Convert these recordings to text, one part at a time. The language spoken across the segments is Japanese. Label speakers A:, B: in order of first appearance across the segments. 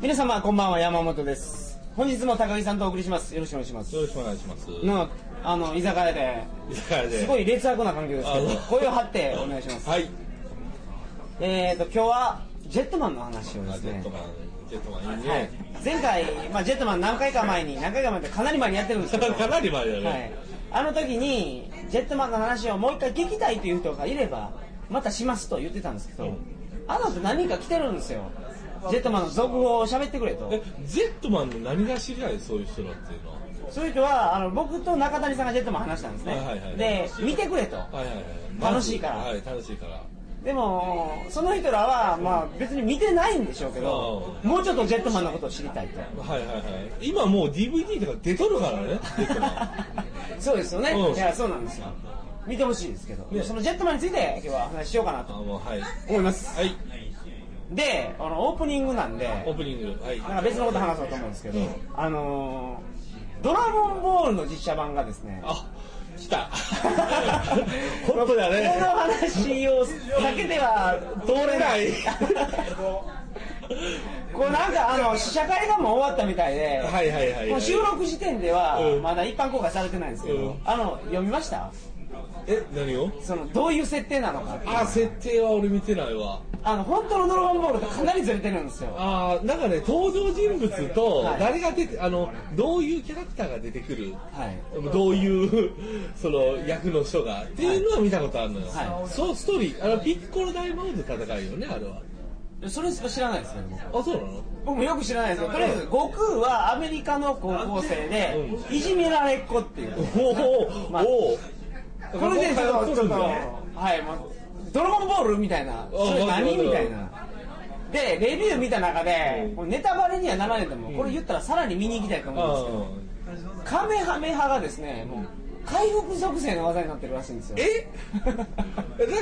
A: 皆様こんばんは山本です本日も高木さんとお送りしますよろしくお願いします
B: よろしくお願いします。
A: のあの居酒屋で
B: 居酒屋で。
A: すごい劣悪な環境ですけど
B: あ
A: 声を張ってお願いします
B: はい。
A: えーと今日はジェットマンの話をで
B: あ
A: す
B: ジェッ
A: ね
B: トマン、ジェットマンいい
A: はい
B: ね。、
A: 前回、まあ、ジェットマン何回か前に何回か前ってかなり前にやってるんですけど
B: かなり前だね。
A: はい、あの時にジェットマンの話をもう一回聞きたいという人がいればまたしますと言ってたんですけど、あの後何人か来てるんですよジェットマンの続報を喋ってくれと
B: え、ジェットマンの何が知りたいそういう人だっていうのは。
A: そういう人はあの僕と中谷さんがジェットマン話したんですね、
B: はいはいはい
A: で見てくれと
B: はいはいはい。
A: 楽しいから
B: はい、楽しいから。
A: でもその人らは、まあ、別に見てないんでしょうけどもうちょっとジェットマンのことを知り たいと
B: はいはいはい。今もう DVD とか出とるからね、ジェットマン。
A: そうですよね、
B: うん
A: いやそうなんですよ見てほしいですけど、
B: ね
A: そのジェットマンについて今日はお話ししようかな
B: あ、
A: と
B: もうはい。
A: 思います
B: はい。
A: であのオープニングなんで
B: オープニング。はい。
A: なんか別のこと話そうと思うんですけど、
B: うん
A: あのードラゴンボールの実写版がですね
B: あ、来 た。本当だ
A: この
B: ね。
A: 話をだけでは通れない これなんかあの試写会がもう終わったみたいで、
B: はいはいはい
A: こ
B: は
A: の
B: い。
A: 収録時点では
B: うん
A: まだ一般公開されてないんですけど、
B: うん
A: あの読みました
B: え、何を
A: そのどういう設定なのかっていう
B: あ、設定は俺見てないわ。
A: あの本当のドラゴンボールとかなりずれてるんですよ
B: あーなんかね登場人物と
A: はい
B: 誰が出て、あのどういうキャラクターが出てくる
A: はい
B: どういう その役の人がっていうのは見たことあるのよ、
A: はい
B: そうストーリーあのピッコロ大魔王と戦うよねあれは
A: それしか知らないですけども
B: あそうなの
A: 僕もよく知らないですけどとりあえず悟空はアメリカの高校生で
B: う
A: いじめられっ子っていう
B: おお、
A: まあ
B: おお
A: これでちょっとちょっと
B: あ
A: はいもうドラゴンボールみたいなそれ何
B: わかる
A: み
B: わか
A: た
B: る
A: いなでレビュー見た中で
B: うん
A: もうネタバレにはならないと思うこれ言ったらさらに見に行きたいと思うんです
B: ー
A: けどカメハメ派がですねもう回復属性の技になってるらしいんですよ
B: え なん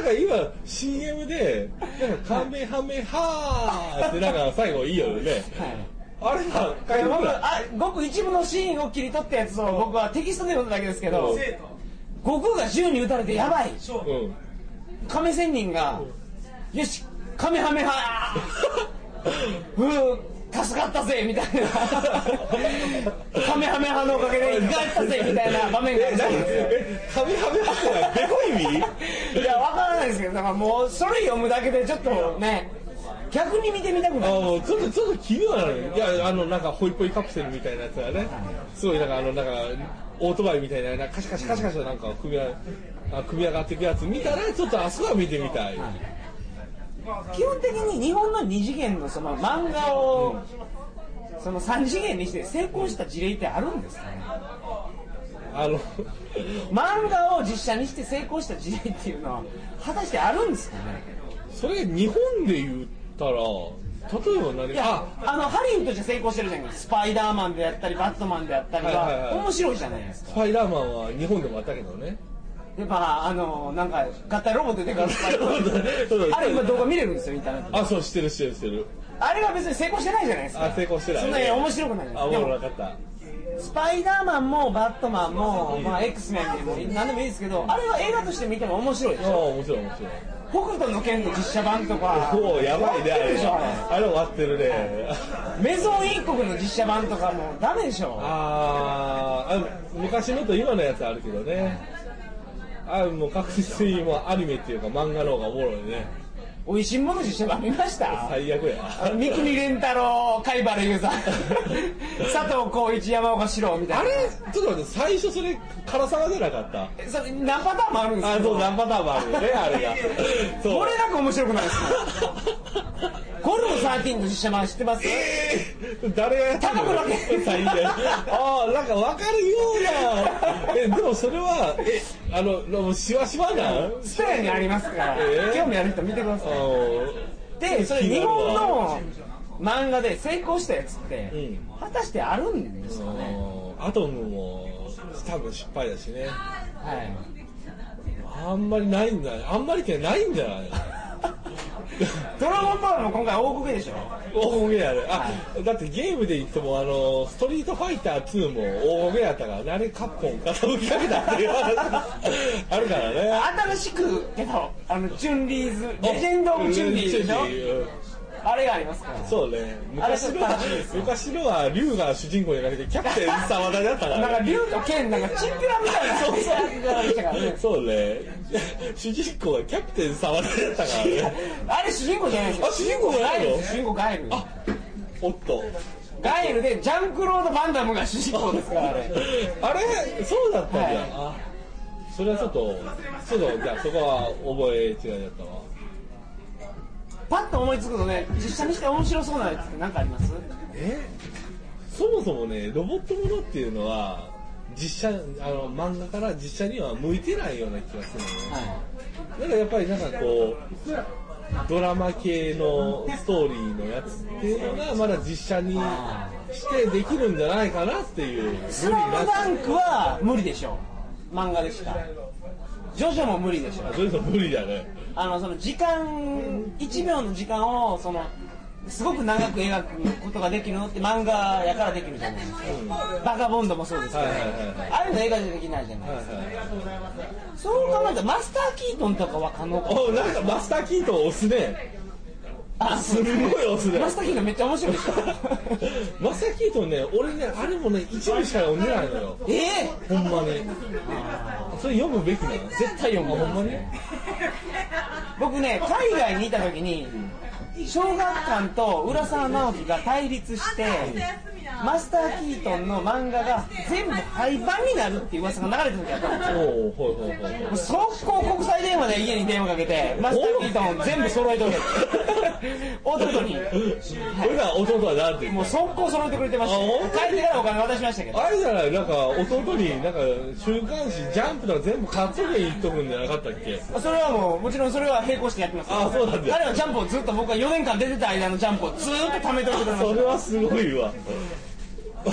B: か今 CM でなんかカメハメハーってなんか最後いいよね
A: はい
B: あれが
A: いや僕あごく一部のシーンを切り取ったやつを僕はテキストで読んだだけですけど悟空が銃に撃たれてやばい
B: うん
A: 亀仙人が「よしカメハメ ハうー助かったぜ」みたいな「カメハメハのおかげ で生き返ったぜ」みたいな場面があるそうで
B: え、カメハメハってどういう意味
A: すよいやわからないですけどだからもうそれ読むだけでちょっとね逆に見てみたく
B: あ
A: なる
B: もうちょっとちょっと気にはなるいやあのなんかホイポイカプセルみたいなやつがねすごいなんかあのなんかオートバイみたいななんかカシャカシャカシャカシャなんか組み上あ組み上がっていくやつ見たらちょっとあそこは見てみたい、
A: 基本的に日本の二次元のその漫画をその三次元にして成功した事例ってあるんですかね
B: あの
A: 漫画を実写にして成功した事例っていうのは果たしてあるんですかね
B: それ日本で言ったら例えば何
A: いや
B: あ
A: あのハリウッドじゃ成功してるじゃないですかスパイダーマンであったりバットマンであったり
B: はいはい
A: は
B: はい
A: 面白いじゃないですか
B: スパイダーマンは日本でもあったけどね
A: やっぱあのなんか合体ロボ出てからスパイダ
B: そう
A: ーマ
B: そう
A: ンあれ今動画見れるんですよインターネットで
B: あそうしてるしてるしてる
A: あれが別に成功してないじゃないですか
B: あ成功してない
A: そんなに面白くないじゃな
B: あ
A: い
B: お
A: で
B: もろ
A: す
B: なかった
A: かスパイダーマンもバットマンも、まあ、X メンでも何でもいいですけどあれは映画として見ても面白いでし
B: あ
A: ょ
B: 面白い面白い
A: 北斗の拳の実写版とか
B: おおやばいねあ
A: やってる
B: れ
A: でしょあれ
B: あれ終わってるね
A: メゾン一国の実写版とかもダメでしょ
B: あーあ昔のと今のやつあるけどねあもう確実にもうアニメっていうか漫画の方がおもろいね
A: おいしんもの実写版見ました
B: 最悪や
A: あの三國連太郎貝原雄 三佐藤浩市山岡四郎みた
B: あ
A: いな
B: れちょっと待って最初それ辛さが出なかった
A: れそれ何パターンもあるんです
B: あ
A: け
B: そ
A: ど
B: う何パターンもあるよねあれがそう
A: これなく面白くないです かゴルフ13の実写版知ってます
B: 誰がやったの
A: 高倉健
B: 最悪ああなんか分かるようなえでもそれはえあのもうしわしわなん
A: スペアにありますから、
B: えー
A: 興味ある人見てくださ
B: あ
A: い
B: の
A: でそれ日本の漫画で成功したやつって、
B: うん
A: 果たしてあるんですかね、
B: うんアトムも多分失敗だし
A: は
B: ね
A: い
B: あんまりないんだあんまりってないんじゃない
A: ドラゴンボールも今回大こけでしょ
B: 大げやであだってゲームで言ってもあのストリートファイター2も大げやったからねあれカッコン傾きかけたっていう話あるからね
A: 新しくけどあのチュンリーズレジェンド・オブ・チュンリーズでしょ
B: ー
A: あれがありますから
B: そうね
A: あれちょ
B: 昔
A: っと
B: の
A: 楽しみですよ
B: 昔のは龍が主人公じゃなくてキャプテン澤田だったか
A: なんから
B: ね
A: 竜と剣なんかチンピラみたいな
B: そうそう
A: 感じでしたからね
B: そうね主人公はキャプテン澤田だったか らね
A: あれ主人公じゃないんですよ
B: あ主人公じゃないの
A: 主人公ガイルです主人公ガイル
B: あおっと
A: ガイルでジャンクロード・バンダムが主人公ですからあれ
B: あれそうだったんだ、
A: はい
B: あそれはちょっとちょっとじゃあそこは覚え違いだったわ
A: パッと思いつくとね実写にして面白そうなやつって何かあります
B: えそもそもねロボットものっていうのは実写あの漫画から実写には向いてないような気がするのね、
A: は
B: なんかやっぱりなんかこうドラマ系のストーリーのやつっていうのがまだ実写にしてできるんじゃないかなっていう無理
A: いスラムダンク
B: な
A: は無理でしょう漫画でしたジョジョも無理でしょ
B: あそういうの無理だね
A: あのその時間1秒の時間をそのすごく長く描くことができるのって漫画やからできるじゃないですか、バカボンドもそうですけど、
B: はいはいはいはい
A: ああいうの映画じゃできないじゃない、
B: はいはい
A: そう考えたらマスター・キートンとかは可能かも
B: おなんかマスターキートン押すね
A: あ
B: すごい押すね
A: マスター・キートンめっちゃ面白いでし ょ
B: マスターキートンね俺ねあれもね一部しか読んでないのよ
A: え
B: ほんまにそれ読むべきなの絶対読むほんまに
A: ー僕ね海外にいた時に小学館と浦沢直樹が対立してマスター・キートンの漫画が全部廃盤になるっていう噂が流れてる時あったんですよ
B: おおほいほいほいほい
A: 速攻国際電話で家に電話かけてマスター・キートンを全部揃え ておれって弟に
B: 俺ら弟は何て言
A: も
B: っ
A: う速攻揃えてくれてまし
B: あ本当
A: た
B: に
A: 帰ってからお金渡しましたけど
B: たあれじゃないなんか弟になんか週刊誌ジャンプとか全部買っとけ言っとくんじゃなかったっけ
A: それはもうもちろんそれは並行してやってます
B: あそうなんだ
A: 彼はジャンプをずっと僕は4年間出てた間のジャンプをずっと貯めておいてくれ ま
B: そ
A: し
B: れはすごいわ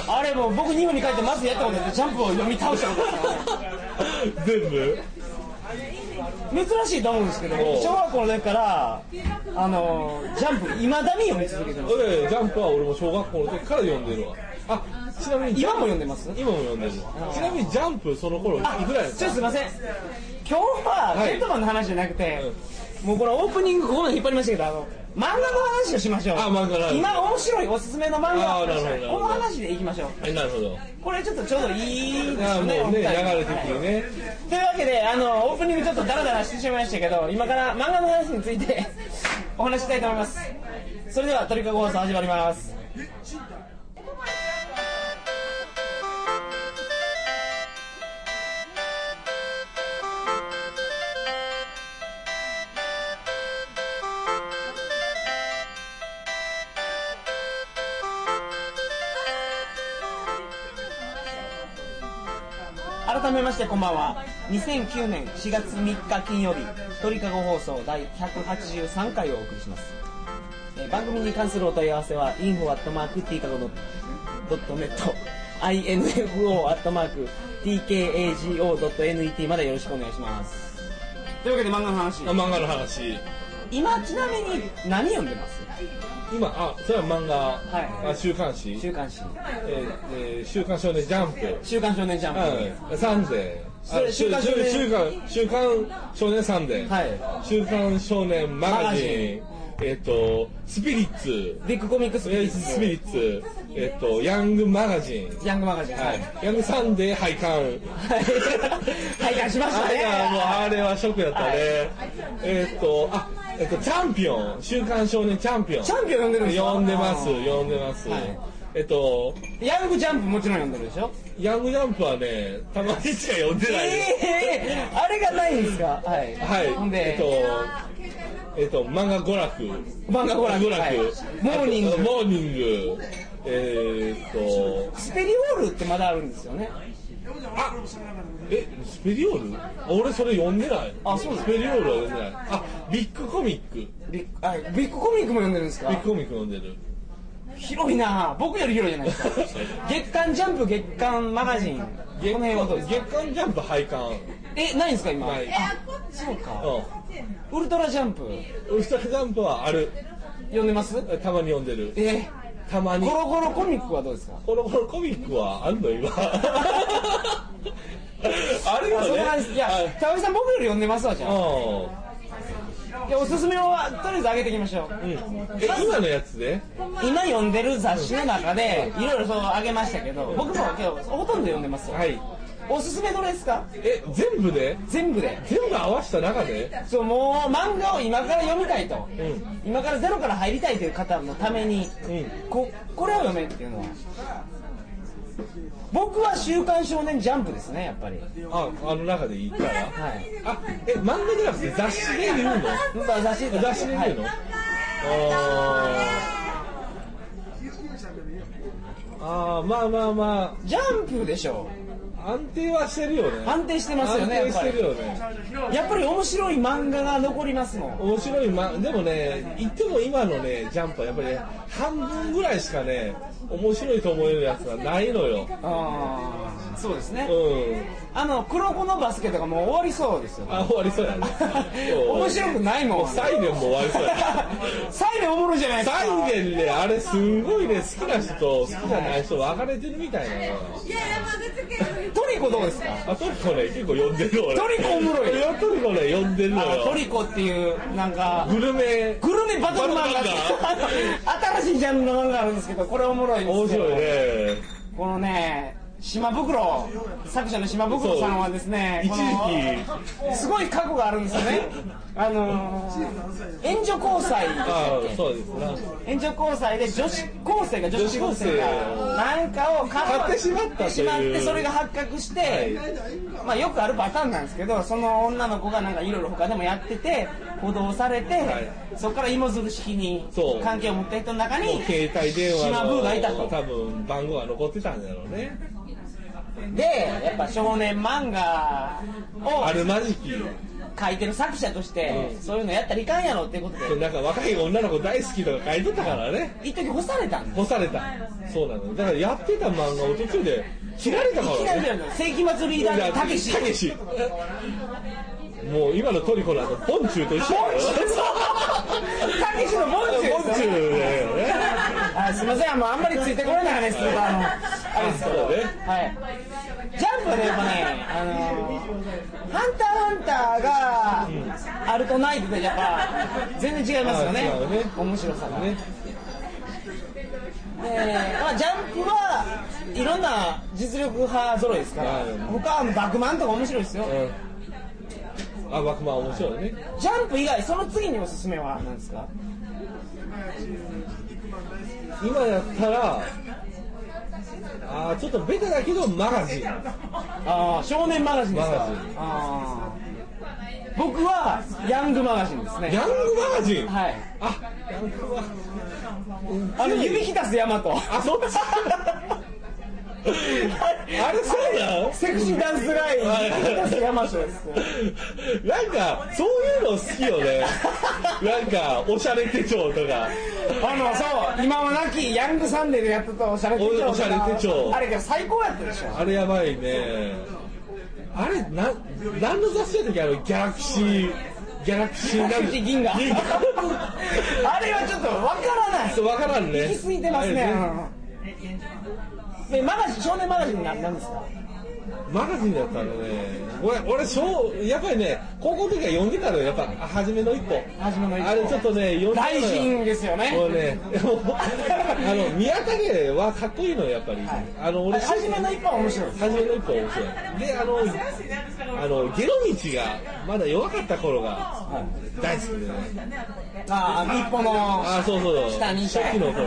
A: たあれもう僕日本に帰ってまずやったことないジャンプを読み倒したことですからね
B: 全部
A: 珍しいと思うんですけど
B: おう
A: 小学校の時からあのジャンプいまだに読み続けてます
B: 俺ジャンプは俺も小学校の時から読んでるわあちなみに
A: 今も読んでます
B: 今も読んでるちなみにジャンプその頃い
A: あ
B: くらやっ
A: ちょ
B: た
A: っとすいません今日は
B: はい
A: ジェットマンの話じゃなくて、もうこのオープニングここまで引っ張りましたけどあの漫画の話をしましょう
B: あ漫画の話
A: 今面白いおすすめの漫画
B: あなるほどなるほど
A: この話でいきましょう
B: えなるほど
A: これちょっとちょうどいいです
B: あ
A: よ
B: もう
A: ね
B: ね
A: お
B: 流
A: 二人
B: れてきてね
A: というわけであのオープニングちょっとダラダラしてしまいましたけど今から漫画の話についてお話ししたいと思いますそれではトリカゴ放送始まります改めましてこんばんは2009年4月3日金曜日鳥かご放送第183回をお送りします、えー番組に関するお問い合わせは info at mark tkago.net info at mark tkago.net までよろしくお願いしますというわけで漫画の話
B: あ漫画の話
A: 今ちなみに何読んでます
B: 今あそれは漫画、
A: はい
B: あ週刊誌
A: 週刊誌
B: えーえー週刊少年ジャンプ
A: 週刊少年ジャンプ、
B: はいサンデ
A: そ
B: ー
A: れ
B: あ
A: 週刊少年
B: 週刊週刊少年サンデー、
A: は
B: 週刊少年マガジンえっ、とスピリッツ
A: ビッグコミックスピ
B: え
A: リ
B: ー
A: ッ
B: ス
A: ツ
B: ピリッツえっ、とヤングマガジン
A: ヤングマガジンは
B: はいい、ヤングサンデー拝観
A: 拝観しましたね
B: あれはもうあれはショックだったね、えーっとあえっとチャンピオン週刊少年チャンピオン
A: チャンピオン呼んでるんですか
B: 呼んでます呼んでます、
A: はい
B: えっと
A: ヤングジャンプもちろん読んでるでしょ
B: ヤングジャンプはねたまにしか呼んでないよ、
A: ええあれがないんですか。はい。
B: はい
A: ほん
B: え
A: で
B: っ、とえっと漫画娯楽
A: 漫画娯楽
B: 娯楽
A: はいモーニング
B: あとモーニングえーっと
A: スペリオールってまだあるんですよね。
B: あえスペリオール俺それ読んでない
A: あそうなの
B: スペリオールは読んでないあビッグコミック
A: ビ
B: ビ
A: ッグ、あ、ビッグコミックも読んでるんです
B: ッ
A: か。
B: グコミック読んでる
A: 広いな。僕より広いじゃないです か。月刊ジャンプ、月刊マガジン。この辺はどうですか。
B: 月刊ジャンプ拝観
A: え、ないんですか今。
B: ない
A: あ、そうか。
B: う
A: ウルトラジャンプ
B: んウルトラジャンプはある
A: 読んでます？
B: たまに読んでる
A: え、
B: たまに
A: ゴロゴロコミックはどうですか。
B: コロコロコミックはある の今ある
A: あ、そう
B: よ
A: なんで
B: ね
A: す。いや、田上さん僕より読んでますわじゃあ。
B: あ
A: いやおすすめをとりあえず上げていきましょう
B: うん、え今のやつで
A: 今読んでる雑誌の中でいろいろそうあげましたけど僕も今日ほとんど読んでますよ
B: はい
A: おすすめどれですか
B: え全部で
A: 全部で
B: 全部合わせた中で
A: そうもう漫画を今から読みたいと、
B: ん
A: 今からゼロから入りたいという方のために、
B: うん
A: ここれを読めっていうのは僕は「週刊少年ジャンプ」ですねやっぱり
B: ああの中でいいか
A: は
B: ら
A: い
B: あえ漫画じゃなくて雑誌で言うの
A: 雑誌
B: 雑誌で
A: は
B: 言う
A: い
B: の、あーあーまあまあま
A: ジャンプでしょ
B: あ安定はしてるよね
A: 安定してますよね
B: 安定してるよね
A: やっぱり面白い漫画が残りますもん
B: 面白い、ま、でもね言っても今のねジャンプはやっぱり、ね、半分ぐらいしかね面白いと思えるやつはないのよ
A: ああそうですね、
B: うん
A: あの黒子のバスケとかもう終わりそうですよね
B: あ終わりそうやね
A: 面白くないもん
B: サイレンも終わりそうやね
A: サイレンおもろいじゃないですか
B: サイレンねあれすごいね好きな人と好きじゃない人分かれてるみたいなのよ
A: トリコどうですか
B: あトリコね結構呼んでる俺
A: トリコおもろい
B: いやトリコね呼んでるの
A: あ
B: よ
A: トリコっていうなんか
B: グルメ
A: グルメバトル漫画
B: バトル漫
A: 新しいジャンルの漫画あるんですけどこれおもろいんで
B: 面
A: すけど
B: 白いね
A: このね島袋作者の島袋さんはですね
B: そう
A: この
B: 一
A: すごい過去があるんですよねあのー援助交際でした
B: あ
A: っけ
B: そうですな
A: 援助交際で女子高生が女子高生
B: 女子高
A: がなんかを買
B: 買ってしまったという
A: しまってそれが発覚して、まあ、よくあるパターンなんですけどその女の子がなんかいろいろ他でもやってて補導されて、
B: い
A: そこから芋づる式に
B: そう
A: 関係を持った人の中に
B: 携帯電
A: 島ブーがいた
B: 話の
A: と
B: 多分番号が残ってたんだろうね
A: でやっぱ少年漫画
B: ある
A: を
B: まじき
A: 書いてる作者として、
B: うん
A: そういうのやったらいかんやろっていうことで
B: なんか若い女の子大好きとか書いてたからね
A: 一時干されたんです
B: 干されたそうなのだからやってた漫画を途中で切られたか
A: いきな
B: ら
A: り
B: ね
A: だよね世紀末リーダーのたけした
B: けしもう今のトリコなんかボンチューと一緒だよ
A: たけしのボンチュー
B: ボンチューだよね
A: あすみませんあのあんまりついてこれない話するとあのあれですけど
B: そうね
A: はいジャンプはねやっぱねあのハンターハンターがあるとないとでやっぱ全然違いますよね
B: あ違うね
A: 面白さが、
B: ね
A: で、まあ、ジャンプはいろんな実力派揃いですから
B: はい
A: 他はあのバクマンとか面白いですよ
B: うんあバクマン面白いね
A: ジャンプ以外その次におすすめは何ですか
B: 今やったらあーちょっとベタだけどマガジン
A: ああ少年マガジンです
B: マガ
A: か
B: ジン
A: あー僕はヤングマガジンですね
B: ヤングマガジン
A: はい
B: あヤングマ
A: あの指ひたすヤマト
B: あそっ ちあれそうなの
A: セクシーダンスライン指ひたすヤマトです
B: なんかそういうの好きよねなんかおしゃれ手帳とか
A: あのそう今はなきヤングサンデーでやってたおしゃれ手帳とか
B: おおしゃれ手帳
A: あれが最高やったでしょ
B: あれやばいねあれな何の雑誌やったっけあのギャラクシーギャラクシーなん
A: セクシー銀河あ
B: 銀
A: れはちょっとわからない
B: そう分からんね
A: 行き過ぎてますね
B: あれ
A: うんでマガジン少年マガジンなんなんですか
B: マガジンだったのね俺俺小やっぱりね高校の時は読んでたのよやっぱ初めの一歩
A: 初めの一歩
B: あれちょっとね読んでたの
A: 大
B: よ
A: 臣ですよね
B: もうね、もうあの宮田家はかっこいいのよやっぱり。あの俺
A: 初めの一歩は面白いです
B: 初めの一歩面白い。であのあのゲロ道がまだ弱かった頃が大好きで、ね。
A: ああ日本の
B: あそうそう。
A: 下に
B: 初期の頃。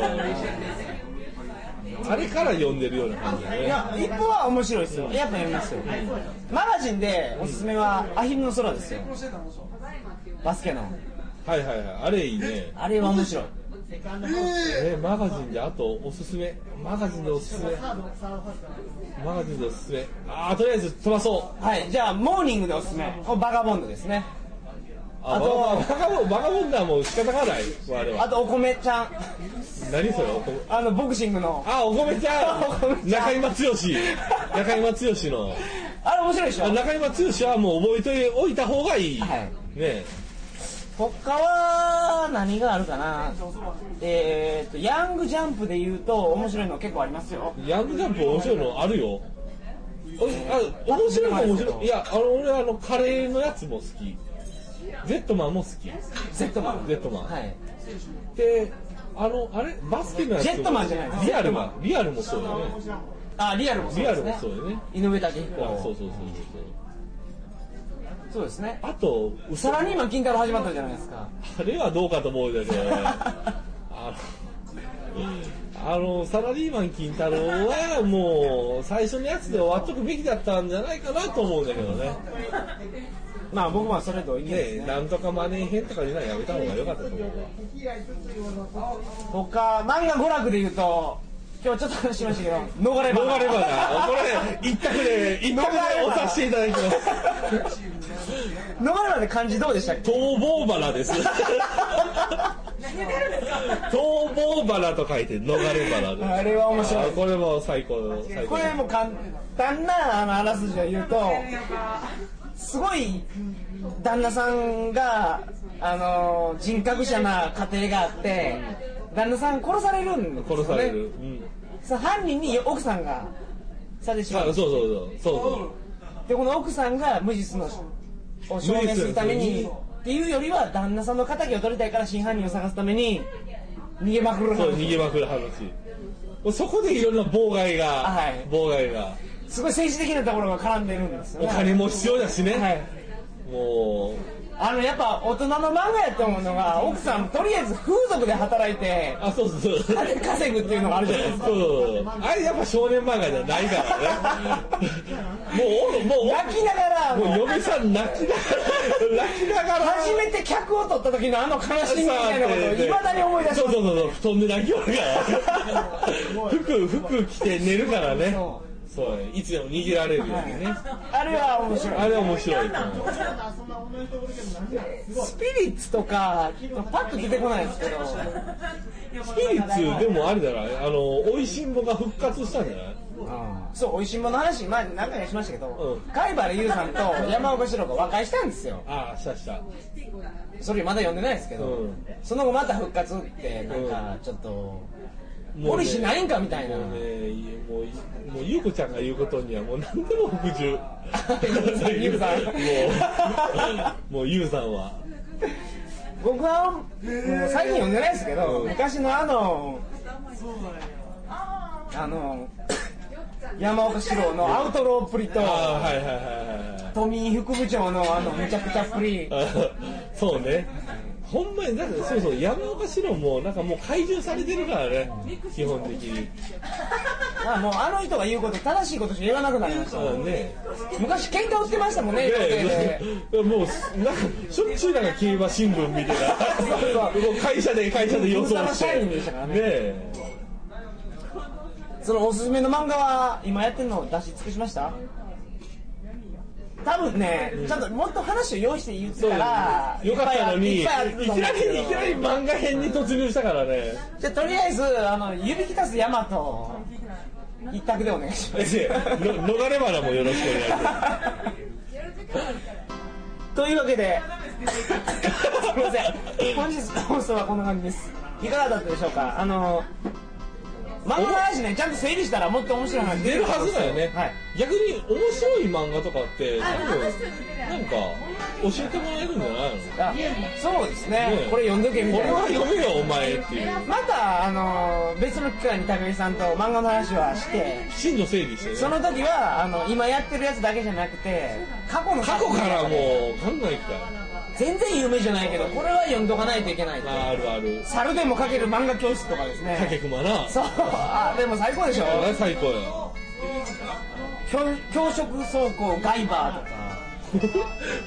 B: あれから読んでるような感じだ
A: い
B: ね。
A: や一歩は面白いですよやっぱ読みますよマガジンでおすすめは「アヒルの空」ですよバスケの
B: はいはいはい。あれいいね。
A: あれは面白い
B: えマガジンであとおすすめ。マガジンでおすすめ。マガジンでおすすめ。あーとりあえず飛ばそう。
A: はいじゃあモーニングでおすすめバガボンドですね
B: あ
A: あと
B: バカボンバカボンだもう仕方がない。我々は
A: あ。とお米ちゃん
B: 何それお米
A: あのボクシングの
B: あお米ちゃん
A: お米ちゃん
B: 中居正剛中居正剛の
A: あれ面白いでしょ
B: あ中居正剛はもう覚えておいた方がいい、
A: はい
B: ね
A: 他は何があるかなえーっとヤングジャンプで言うと面白いの結構ありますよ
B: ヤングジャンプ面白いのあるよおあ面白いの面白いいやあの俺あのカレーのやつも好きゼットマンも好き
A: ゼットマン
B: ゼットマン
A: はい
B: であのあれバスケのやつ
A: ジェットマンじゃない
B: リアル
A: ジェッ
B: マ
A: ト
B: ンリアルもそうだよね
A: あリアルもそう
B: リア
A: で
B: ル
A: す
B: も
A: ね
B: そうだよね
A: 井上武彦
B: あそうそうそうそう
A: そうですね
B: あと
A: サラリーマン金太郎始まったじゃないです か
B: あれはどうかと思うけどねあのあのサラリーマン金太郎はもう最初のやつで終わっとくべきだったんじゃないかなと思うんだけどね
A: まあ僕はそれと意見です
B: ね
A: ね
B: なんとかマネー編とかいうのはやめた方が良かったと思うわ
A: 他漫画娯楽で言うと今日ちょっと話しましたけど逃れ花
B: 逃 れ花これ一択で一択で押させていただきます
A: 逃れ花って漢字どうでしたっけ
B: 逃亡花です
C: 何言ってるんですか
B: 逃亡花と書いて逃れ花です
A: あれは面白い
B: あこれも最高最
A: こ
B: 高
A: れもう簡単なあのあらすじを言うとすごい旦那さんがあの人格者な家庭があって旦那さん殺されるんですよ、ね、
B: 殺される、うん
A: その犯人に奥さんがされてしま
B: あそううそうそうそうそう
A: でこの奥さんが無実のを証明するためにっていうよりは旦那さんの敵を取りたいから真犯人を探すために逃げまくる
B: そう逃げまくる話そこでいろんな妨害が、
A: はい
B: 妨害が
A: すごい政治的なところが絡んでるんですよ、
B: お
A: ね、
B: 金も必要だしね、
A: はい
B: も
A: あのやっぱ大人の漫画やと思うのが奥さんとりあえず風俗で働いて
B: うあそうそうそう
A: 金稼ぐっていうのがあるじゃないですか
B: そうあれやっぱ少年漫画じゃないからねもうおもう
A: 泣きながら
B: もう嫁さん泣きながら泣きながら
A: 初めて客を取った時のあの悲しみみたいなことをいまだに思い出し
B: そう
A: ます
B: そうそうそう布団で泣きよるから服服着て寝るからね
A: そ
B: そういつでも逃げられるようにね、
A: あれは面白い
B: あれは面白い
A: スピリッツとかパッと出てこないですけど
B: スピリッツでもあれだなあの美味しんぼが復活したんじゃない
A: そう、美味しんぼの話、前何回かしましたけど
B: う、
A: 貝原優さんと山岡四郎が和解したんですよ。
B: ああしたした
A: それまだ読んでないですけど、
B: うん
A: その後また復活って、なんかちょっと、ポリシーないんかみたいな。
B: もうねいやもういもうゆうこちゃんが言うことにはもう何でも服従
A: ゆうさん
B: もうもうゆうさんは
A: 僕は、もう最近読んでないですけど、
B: うん
A: 昔のあの、あの、山岡四郎のアウトローっぷりと
B: あ、あはいはいはいはい
A: 富井副部長のあの、むちゃくちゃっぷり、
B: あそうねほんまになんかそうそう山岡四郎もなんかもう怪獣されてるからね基本的に
A: まあもうあの人が言うこと正しいことしか言わなくなりました
B: あ。ね
A: 昔喧嘩売ってましたもんね、
B: い
A: 女性
B: やいや
A: で。
B: いやもうなんかしょっちゅうなんか競馬新聞見てたもう会社で会社で予想し
A: ブ
B: て
A: ータラ社員でしたからね
B: え
A: そのおすすめの漫画は今やってるのを出し尽くしました多分ね、ちゃんともっと話を用意して言って
B: そう
A: たら、
B: よかったのに
A: い
B: い
A: っ
B: き
A: ぱあ
B: ない
A: った
B: りい
A: と
B: き
A: 思うん
B: な
A: ですけど
B: りいきなり漫画編に突入したからね
A: じゃあとりあえず、あの、指きたす大和、一択でお願いしま
B: え
A: す。
B: の逃れ花もよろしくお願いします
A: というわけで、 すみません、本日の放送はこんな感じです。いかがだったでしょうかあの、漫画の話ね、ちゃんと整理したらもっと面白い話
B: 出るはずだよね、
A: はい。
B: 逆に面白い漫画とかって多分
C: あ
B: なん
C: 話
B: か
C: してるだけだよ
B: 教えてもらえるんじゃないの
A: あそうですね
B: ね
A: これ読んどけみ
B: こ
A: た
B: れ
A: い
B: は
A: な
B: 読めよお前っていう
A: またあのー別の機会に武井さんと漫画の話はして
B: 真の整理してね
A: その時はあの今やってるやつだけじゃなくて過去の
B: 過去から
A: う
B: もう考えてたよ
A: 全然有名じゃないけどこれは読んどかないといけない
B: ああるある
A: 猿でも描ける漫画教室とかです
B: 竹
A: ね
B: 熊な
A: そうあでも最高でしょ
B: あれ最高よ
A: 教教職走行ガイバーとか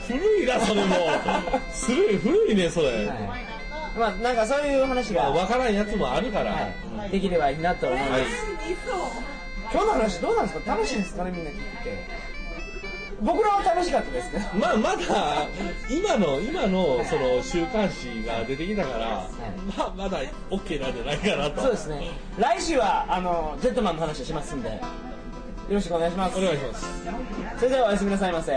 B: 古いなそれも古い古いねそれ、
A: はいまあなんかそういう話
B: ま
A: が、
B: あ分からんやつもあるから、
A: はい、できればいいなと思います
C: いそう
A: 今日の話どうなんですか楽しいですかねみんな聞いて僕らは楽しかったですけど
B: まあまだ今の今のその週刊誌が出てきたから、まあまだ OK なんじゃないかなと
A: そうですね来週はあのジェットマンの話をしますんでよろしくお願いします
B: お願いします
A: それではおやすみなさいませ